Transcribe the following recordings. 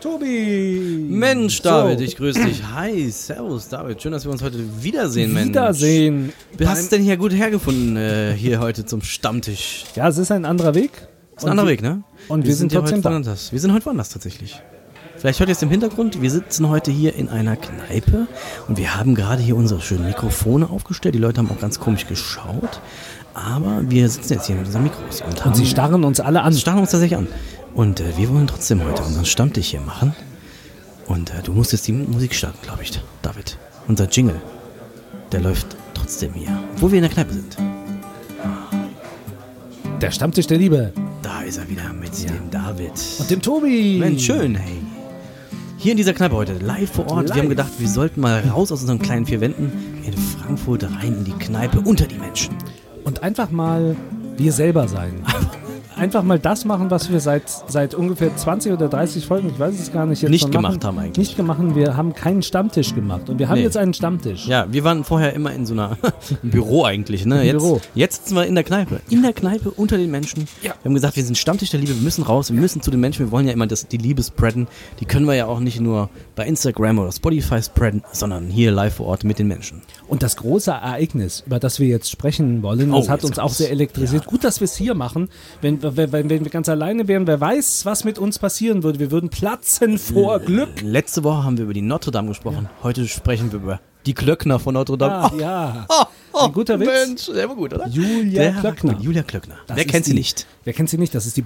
Tobi. Mensch, So. David, ich grüße dich. Hi, servus, David. Schön, dass wir uns heute wiedersehen, Mensch. Wiedersehen. Wie Hast du es denn hier gut hergefunden, äh, hier heute zum Stammtisch? Ja, es ist ein anderer Weg. Ist ein anderer Weg, ne? und wir sind ja trotzdem heute da. woanders. Wir sind heute woanders tatsächlich. Vielleicht hört ihr es im Hintergrund, wir sitzen heute hier in einer Kneipe und wir haben gerade hier unsere schönen Mikrofone aufgestellt. Die Leute haben auch ganz komisch geschaut, aber wir sitzen jetzt hier mit unseren Mikros und, haben, Und sie starren uns alle an. Sie Also starren uns tatsächlich an. Und äh, wir wollen trotzdem heute unseren Stammtisch hier machen. Und äh, du musst jetzt die Musik starten, glaube ich, David. Unser Jingle, der läuft trotzdem hier, obwohl wir in der Kneipe sind. Der Stammtisch der Liebe. Da ist er wieder mit dem David. Und dem Tobi. Mensch, schön, hey. Hier in dieser Kneipe heute, live vor Ort. Live. Wir haben gedacht, wir sollten mal raus aus unseren kleinen vier Wänden in Frankfurt rein in die Kneipe unter die Menschen. Und einfach mal wir selber sein. Einfach mal das machen, was wir seit, seit ungefähr 20 oder 30 Folgen, ich weiß es gar nicht, jetzt Nicht schon gemacht machen. haben eigentlich. Nicht gemacht haben. Wir haben keinen Stammtisch gemacht. Und wir haben Nee. jetzt einen Stammtisch. Ja, wir waren vorher immer in so einer im Büro eigentlich, ne? Jetzt, Büro. jetzt sitzen wir in der Kneipe. In der Kneipe unter den Menschen. Ja. Wir haben gesagt, wir sind Stammtisch der Liebe, wir müssen raus, wir müssen zu den Menschen, wir wollen ja immer das, die Liebe spreaden. Die können wir ja auch nicht nur bei Instagram oder Spotify spreaden, sondern hier live vor Ort mit den Menschen. Und das große Ereignis, über das wir jetzt sprechen wollen, Oh, das hat jetzt uns auch kommt's. sehr elektrisiert. Gut, dass wir es hier machen. Wenn, wenn, wenn wir ganz alleine wären, wer weiß, was mit uns passieren würde. Wir würden platzen vor Glück. Letzte Woche haben wir über die Notre Dame gesprochen. Heute sprechen wir über die Klöckner von Notre Dame. Ah, ja. Oh, oh, Ein guter Witz. Mensch, der war gut, oder? Julia der war Klöckner. Gut. Julia Klöckner. Das Wer ist kennt sie die- nicht? Wer kennt sie nicht? Das ist die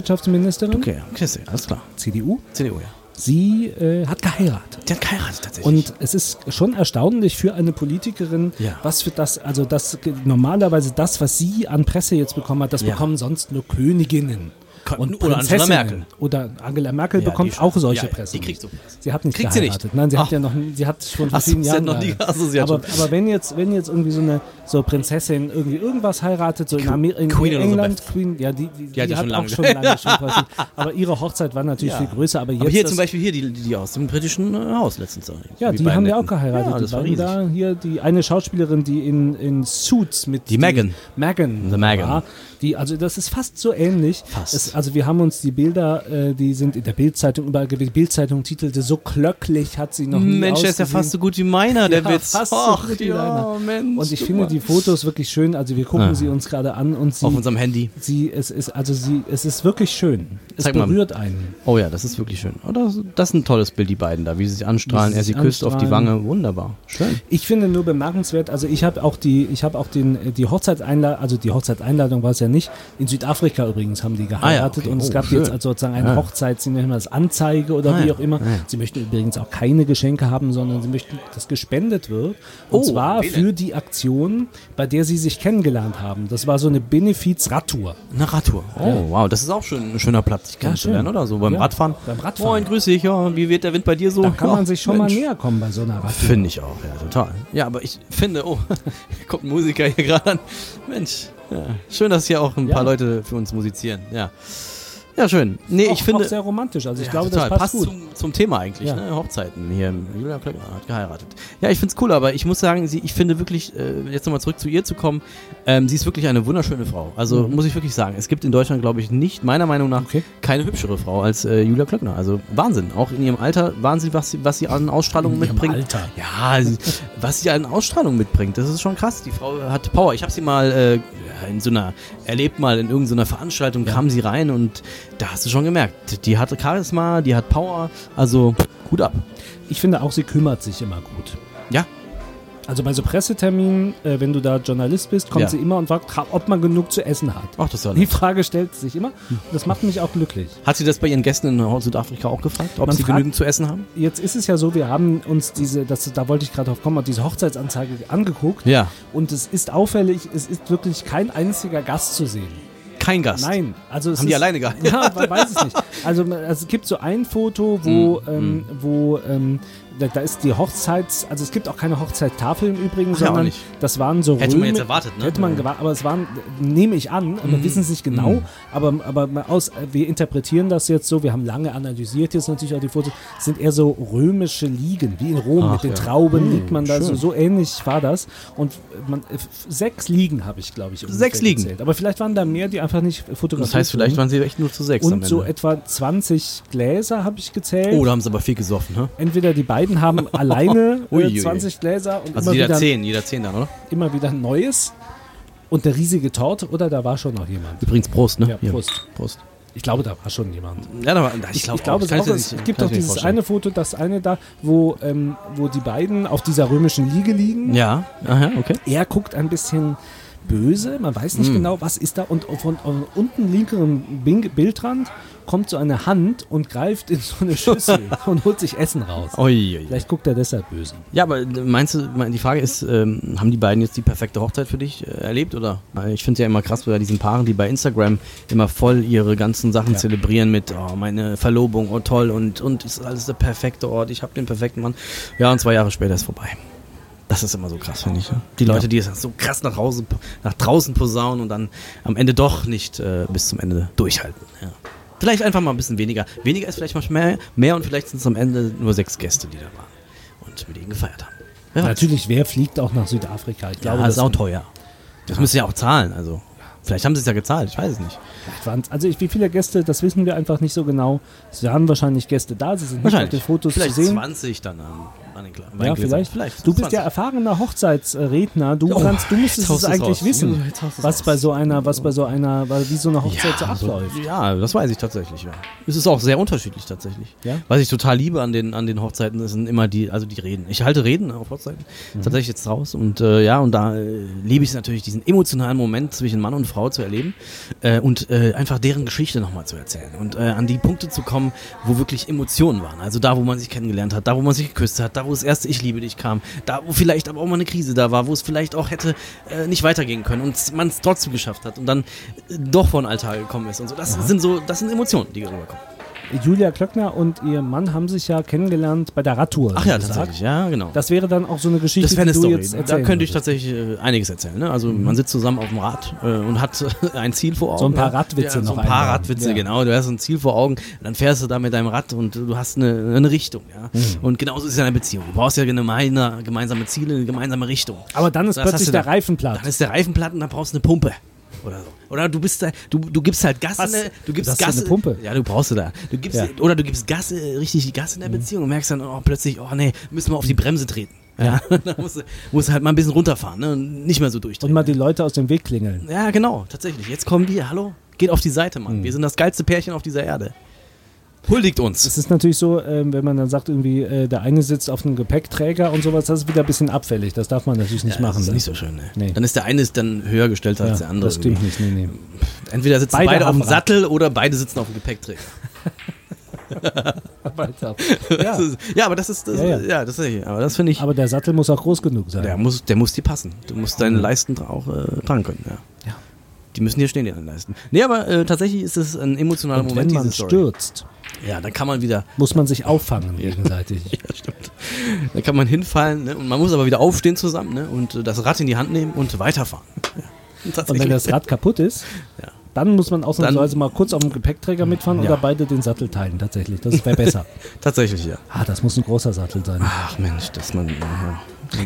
Bundeslandwirtschaftsministerin, Okay, okay, ist sie, alles klar. CDU. CDU, ja. Sie äh, hat geheiratet. Die hat geheiratet tatsächlich. Und es ist schon erstaunlich für eine Politikerin, Ja. was für das, also das normalerweise das, was sie an Presse jetzt bekommen hat, das Ja. bekommen sonst nur Königinnen. Ko- Und oder Angela Prinzessinnen. Merkel. Oder Angela Merkel Ja, die bekommt schon. auch solche Ja, ja, Presse. die kriegt nicht. so Presse. Sie hat nicht Kriegt sie geheiratet. nicht? Nein, sie Ach. hat ja noch, sie hat schon vor Ach so, sieben sie Jahren. hat noch nie- geheiratet. ach so, sie hat aber, schon- aber wenn jetzt, wenn jetzt irgendwie so eine so Prinzessin irgendwie irgendwas heiratet, so in, Amer in Queen oder so England, Queen, ja, die, die, hat ja hat schon auch lange. schon lange schon Presse. Aber ihre Hochzeit war natürlich viel größer. Aber, jetzt Aber hier das, zum Beispiel hier, die, die aus dem britischen äh, Haus letztens. ja, die die beiden haben ja auch netten. geheiratet. Ja, das die war beiden riesig. da hier die eine Schauspielerin, die in, in Suits mit Die Meghan. Megan. The Meghan. Die also das ist fast so ähnlich. Fast. Es, also wir haben uns die Bilder, äh, die sind in der Bildzeitung überall gewesen. Bildzeitung titelte so glöcklich hat sie noch nie Mensch, der ist ja ausgesehen. fast so gut wie meiner, der Witz. fast so Och, gut wie ja, Oh, deiner. Mensch. Und ich guck finde mal. die Fotos wirklich schön. Also wir gucken Ah. sie uns gerade an und sie, Auf unserem Handy. sie es ist also sie es ist wirklich schön. Es Zeig mal. berührt einen. Oh ja, das ist wirklich schön. Oh, das, das ist ein tolles Bild, die beiden da, wie sie sich Wie anstrahlen. sie er sie sich küsst auf die anstrahlen. Wange. Wunderbar. Schön. Ich finde nur bemerkenswert, also ich habe auch die, ich habe auch den, äh, die Hochzeitseinladung, also die Hochzeitseinladung war es ja nicht. In Südafrika übrigens haben die geheiratet Ah ja, okay. und es Oh, gab schön. jetzt also sozusagen eine Ja. Hochzeit, sie nennen das Anzeige oder Ah wie ja, auch immer. ah ja. Sie möchten übrigens auch keine Geschenke haben, sondern sie möchten, dass gespendet wird. Und Oh, zwar wen denn? für die Aktion, bei der sie sich kennengelernt haben. Das war so eine Benefiz-Radtour. Eine Radtour. Oh, wow, das ist auch schon ein schöner Platz, sich kennenzulernen, schön. oder so beim Ja, Radfahren. beim Radfahren. Moin, grüß dich. Ja, wie wird der Wind bei dir so? Da kann man Ach, sich schon Mensch. mal näher kommen bei so einer Radtour. Finde ich auch, ja, total. Ja, aber ich finde, oh, kommt ein Musiker hier gerade an. Mensch, ja. schön, dass hier auch ein Ja. paar Leute für uns musizieren. Ja, ja schön. Nee, Auch, ich finde, auch sehr romantisch. Also ich ja, glaube, total. das passt, gut. Zum, zum Thema eigentlich, Ja. ne? Hochzeiten hier. Julia Klöckner hat geheiratet. Ja, ich finde es cool, aber ich muss sagen, sie, ich finde wirklich, äh, jetzt nochmal zurück zu ihr zu kommen, ähm, sie ist wirklich eine wunderschöne Frau. Also muss ich wirklich sagen, es gibt in Deutschland, glaube ich, nicht, meiner Meinung nach, Mhm. Okay. keine hübschere Frau als äh, Julia Klöckner. Also Wahnsinn. Auch in ihrem Alter, Wahnsinn, was sie, was sie an Ausstrahlung ihrem mitbringt. Alter. Ja, sie, was sie an Ausstrahlung mitbringt, das ist schon krass. Die Frau hat Power. Ich habe sie mal äh, ja, in so einer, erlebt mal in irgendeiner Veranstaltung, kam sie rein und da hast du schon gemerkt, die hat Charisma, die hat Power, also Hut ab. Ich finde auch, sie kümmert sich immer gut. Ja, Also bei so Presseterminen, äh, wenn du da Journalist bist, kommt Ja. sie immer und fragt, tra- ob man genug zu essen hat. ach, das war Die nett. Frage stellt sich immer. Hm. Und das macht mich auch glücklich. Hat sie das bei ihren Gästen in Südafrika auch gefragt, ob Man sie fragt- genügend zu essen haben? Jetzt ist es ja so, wir haben uns diese, das, da wollte ich gerade drauf kommen, und diese Hochzeitsanzeige angeguckt. Ja. Und es ist auffällig, es ist wirklich kein einziger Gast zu sehen. Kein Gast. Nein, also es Haben ist, die alleine gehalten? Ja, man weiß es nicht. Also man- es gibt so ein Foto, wo, Mm, ähm, wo ähm, da, da ist die Hochzeits, also es gibt auch keine Hochzeittafel im Übrigen, ja, auch sondern nicht. das waren so Hätte man Römi- jetzt erwartet, ne? Mm. Hätte man gewartet, aber es waren, nehme ich an, wir wissen es nicht genau, aber, aber mal aus, äh, wir interpretieren das jetzt so, wir haben lange analysiert jetzt natürlich auch die Fotos, es sind eher so römische Liegen, wie in Rom Ach, mit den ja. Mm, Trauben liegt man da, schön. so, so ähnlich war das und äh, man, f- sechs Liegen habe ich, glaube ich, ungefähr Sechs Liegen. gezählt. aber vielleicht waren da mehr, die einfach nicht fotografiert Das heißt, vielleicht wurden. waren sie echt nur zu sechs am und Ende. so etwa 20 Gläser, habe ich gezählt. Oh, da haben sie aber viel gesoffen, ne? Entweder die beiden haben alleine äh, Uiuiui. 20 Gläser und Also immer, jeder wieder, zehn, jeder zehn dann, oder? immer wieder ein neues und eine riesige Torte oder da war schon noch jemand. Übrigens Prost, ne? Ja, Hier. Prost. Prost. Ich glaube, da war schon jemand. Ja, da war, da, Ich, glaub ich glaube, auch. es, Kannst du auch, nicht- es gibt kannst auch du nicht dieses vorstellen. eine Foto, das eine da, wo, ähm, wo die beiden auf dieser römischen Liege liegen. Ja, aha, okay. Er guckt ein bisschen böse, man weiß Mm. nicht genau, was ist da. Und von, von unten linkerem Bing- Bildrand kommt so eine Hand und greift in so eine Schüssel und holt sich Essen raus. Uiuiui. Vielleicht guckt er deshalb böse. Ja, aber meinst du, mein- die Frage ist, ähm, haben die beiden jetzt die perfekte Hochzeit für dich äh, erlebt oder? Weil Ich finde es ja immer krass bei diesen Paaren, die bei Instagram immer voll ihre ganzen Sachen Ja. zelebrieren mit, oh, meine Verlobung, oh toll und und ist alles der perfekte Ort, ich habe den perfekten Mann. Ja, und zwei Jahre später ist vorbei. Das ist immer so krass, finde ich. Ne? Die Leute, die es so krass nach, Hause, nach draußen posaunen und dann am Ende doch nicht äh, bis zum Ende durchhalten. Ja. Vielleicht einfach mal ein bisschen weniger. Weniger ist vielleicht manchmal mehr, mehr und vielleicht sind es am Ende nur sechs Gäste, die da waren und mit ihnen gefeiert haben. Wer weiß. Natürlich, wer fliegt auch nach Südafrika? Ich Ja, glaube, das das ist auch teuer. Das müssen ja auch zahlen, also. Vielleicht haben sie es ja gezahlt, ich weiß es nicht. Vielleicht waren's- Also ich, wie viele Gäste, das wissen wir einfach nicht so genau. Es waren wahrscheinlich Gäste da, sie sind nicht auf den Fotos vielleicht zu sehen. 20 dann an, an den Gla- Ja, Weingläsern. vielleicht. Du bist ja 20. erfahrener Hochzeitsredner. Du, Oh, kannst, du jetzt müsstest es haust du's eigentlich raus. wissen, Ja, jetzt haust du's was raus. bei so einer, was bei so einer, weil wie so eine Hochzeit so Ja, also so- abläuft. ja, das weiß ich tatsächlich. Ja. Es ist auch sehr unterschiedlich tatsächlich. Ja? Was ich total liebe an den, an den Hochzeiten sind immer die, also die Reden. Ich halte Reden auf Hochzeiten Mhm. tatsächlich jetzt raus und äh, ja, und da äh, liebe ich es natürlich, diesen emotionalen Moment zwischen Mann und Frau zu erleben äh, und äh, einfach deren Geschichte nochmal zu erzählen und äh, an die Punkte zu kommen, wo wirklich Emotionen waren. Also da, wo man sich kennengelernt hat, da, wo man sich geküsst hat, da, wo das erste Ich liebe dich kam, da, wo vielleicht aber auch mal eine Krise da war, wo es vielleicht auch hätte äh, nicht weitergehen können und man es trotzdem geschafft hat und dann äh, doch vor den Altar gekommen ist und so. Das sind so, das sind Emotionen, die rüberkommen. Julia Klöckner und ihr Mann haben sich ja kennengelernt bei der Radtour. Ach ja, wie gesagt. tatsächlich, ja, genau. Das wäre dann auch so eine Geschichte, Das wäre eine die du Story. ne? jetzt Da erzählen könnte ich würdest. tatsächlich äh, einiges erzählen. Ne? Also man sitzt zusammen auf dem Rad äh, und hat äh, ein Ziel vor Augen. So ein paar Radwitze ja, so noch ein paar einbauen. Radwitze, Ja. genau. Du hast ein Ziel vor Augen, dann fährst du da mit deinem Rad und du hast eine, eine Richtung. Ja? Mhm. Und genauso ist es ja eine Beziehung. Du brauchst ja gemeine, gemeinsame Ziele, eine gemeinsame Richtung. Aber dann ist Das hast plötzlich du der dann. Dann Reifenplatz. ist der Reifenplatten, dann brauchst du eine Pumpe. Oder so. Oder du bist da, du, du gibst halt Gas Was? in der, du Das gibst ist ja Gas. eine Pumpe. Ja, du brauchst du da. Du gibst, Ja. Mhm. oder du gibst Gas, äh, richtig die Gas in der Beziehung und merkst dann oh, plötzlich, oh nee, müssen wir auf die Bremse treten. Ja, da musst du, musst du halt mal ein bisschen runterfahren, ne? Und nicht mehr so Und durchdrehen. mal die Leute aus dem Weg klingeln. Ja, genau, tatsächlich. Jetzt kommen die, hallo, geht auf die Seite, Mann. Mhm. Wir sind das geilste Pärchen auf dieser Erde. Huldigt uns. Es ist natürlich so, ähm, wenn man dann sagt, irgendwie, äh, der eine sitzt auf einem Gepäckträger und sowas, das ist wieder ein bisschen abfällig. Das darf man natürlich nicht Ja, machen. Das ist ne? nicht so schön, ne? Nee. Dann ist der eine ist dann höher gestellt als ja, der andere. das stimmt nicht. Nee, nee. Entweder sitzen Beide beide, auf haben dem Rad. Sattel oder beide sitzen auf dem Gepäckträger. Ja. Das ist, ja, aber das ist, das, Ja, ja, ja. das ist richtig. Aber das finde ich, Aber der Sattel muss auch groß genug sein. der muss, der muss dir passen. Du musst Mhm. deine Leisten dra- auch äh, tragen können. Ja. Ja. Die müssen dir stehen, die anderen Leisten. Nee, aber äh, tatsächlich ist es ein emotionaler Und Moment, wenn man diese Story. stürzt, Ja, dann kann man wieder, muss man sich auffangen gegenseitig. ja, stimmt. Dann kann man hinfallen ne? und man muss aber wieder aufstehen zusammen ne? und äh, das Rad in die Hand nehmen und weiterfahren. Ja. Und wenn das Rad kaputt ist, Ja. dann muss man ausnahmsweise mal kurz auf dem Gepäckträger mitfahren Ja. oder beide den Sattel teilen tatsächlich. Das wäre besser. tatsächlich, ja. ah, das muss ein großer Sattel sein. Also Ach Mensch, dass man. Ja. Ah,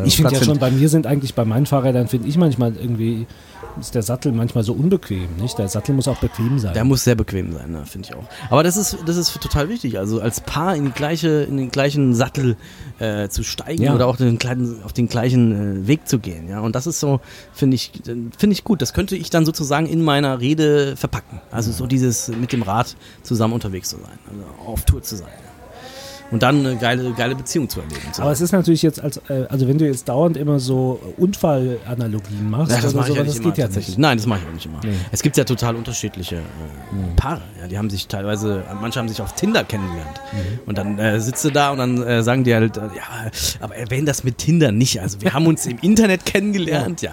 Ich finde ja Platz schon, bei mir sind eigentlich bei meinen Fahrrädern, finde ich manchmal irgendwie, ist der Sattel manchmal so unbequem, nicht? Der Sattel muss auch bequem sein. Der muss sehr bequem sein, ne, finde ich auch. Aber das ist, das ist total wichtig. Also als Paar in, die gleiche, in den gleichen Sattel äh, zu steigen Ja. oder auch den kleinen, auf den gleichen äh, Weg zu gehen. Ja? Und das ist so, finde ich, äh, finde ich gut. Das könnte ich dann sozusagen in meiner Rede verpacken. Also so dieses mit dem Rad zusammen unterwegs zu sein, also auf Tour zu sein. Und dann eine geile, geile Beziehung zu erleben. aber es ist natürlich jetzt als, äh, also wenn du jetzt dauernd immer so Unfallanalogien machst, Ja, das oder mache ich ja sowas, das nicht immer geht ja tatsächlich. nicht. Nein, das mache ich auch nicht immer. Nee. Es gibt ja total unterschiedliche äh, Paare. Ja, die haben sich teilweise, manche haben sich auf Tinder kennengelernt. Mhm. Und dann äh, sitzt du da und dann äh, sagen die halt, äh, ja, aber erwähnen das mit Tinder nicht. Also wir haben uns im Internet kennengelernt, ja.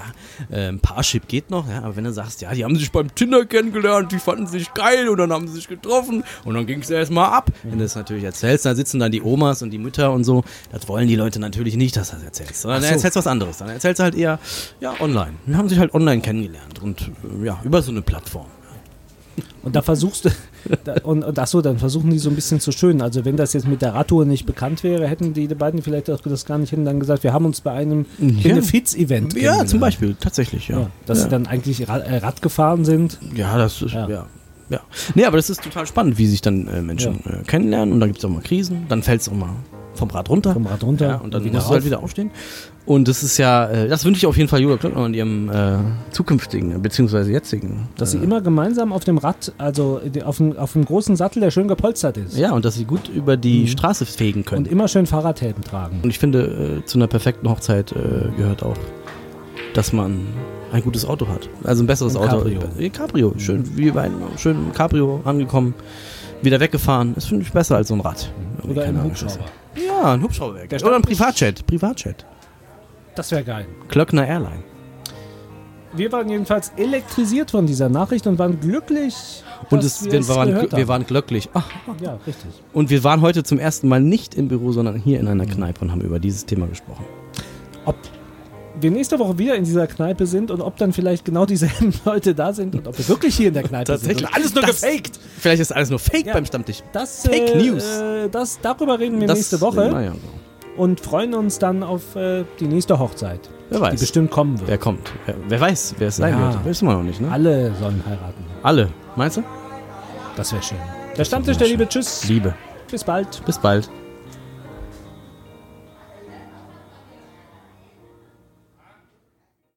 Ähm, Parship geht noch, ja, aber wenn du sagst, ja, die haben sich beim Tinder kennengelernt, die fanden sich geil und dann haben sie sich getroffen und dann ging es erstmal ab. Wenn du das natürlich erzählst, dann sitzen dann die Omas und die Mütter und so. Das wollen die Leute natürlich nicht, dass du das erzählst. Sondern Ach so. erzählst erzählst was anderes. Dann erzählst du halt eher, ja, online. Wir haben sich halt online kennengelernt und äh, ja, über so eine Plattform. Und da versuchst du, da, und, und ach so, dann versuchen die so ein bisschen zu schönen. Also wenn das jetzt mit der Radtour nicht bekannt wäre, hätten die beiden vielleicht auch das gar nicht hin dann gesagt, wir haben uns bei einem Ja. Benefiz-Event Ja, kennengelernt. zum Beispiel, tatsächlich, ja. Ja, dass sie dann eigentlich Ra äh, Rad gefahren sind. Ja, das ist, Ja. ja. Ja. Nee, aber das ist total spannend, wie sich dann äh, Menschen äh, kennenlernen und da gibt es auch mal Krisen, dann fällt es auch mal vom Rad runter. Komm Rad runter. Ja, und dann musst du halt wieder aufstehen. Und das ist ja, äh, das wünsche ich auf jeden Fall Jura Klöckner und ihrem äh, zukünftigen, äh, beziehungsweise jetzigen. Dass sie immer gemeinsam auf dem Rad, also äh, auf dem, auf dem großen Sattel, der schön gepolstert ist. Ja, und dass sie gut über die Straße fegen können. Und immer schön Fahrradhelm tragen. Und ich finde, äh, zu einer perfekten Hochzeit äh, gehört auch, dass man ein gutes Auto hat. Also ein besseres Ein Auto. Cabrio. Äh, Cabrio. Schön, wie bei einem schönen Cabrio angekommen, wieder weggefahren. Das finde ich besser als so ein Rad. Irgendwie Oder keine im Ahnung, was das Hubschrauber. ist. Ja, ein Hubschrauber. Der Oder ein Stadt- Privatjet. Privatjet. Das wäre geil. Klöckner Airline. Wir waren jedenfalls elektrisiert von dieser Nachricht und waren glücklich. Und dass es, wir, waren, gehört gl- wir haben. waren glücklich. Ach, Ja, richtig. Und wir waren heute zum ersten Mal nicht im Büro, sondern hier in Mhm. einer Kneipe und haben über dieses Thema gesprochen. Ob wir nächste Woche wieder in dieser Kneipe sind und ob dann vielleicht genau dieselben Leute da sind und ob wir wirklich hier in der Kneipe sind. Und alles nur Das- gefaked. Vielleicht ist alles nur Fake Ja. beim Stammtisch. Das, Fake äh, News. Äh, das, darüber reden wir Das- genau. nächste Woche Naja, und freuen uns dann auf äh, die nächste Hochzeit, wer die weiß. bestimmt kommen wird. Wer kommt? Wer, wer weiß, wer es sein Naja. wird? Wissen wir noch nicht, ne? Alle sollen heiraten. Alle. Meinst du? Das wäre schön. Der Stammtisch der Liebe. Tschüss. Liebe. Bis bald. Bis bald.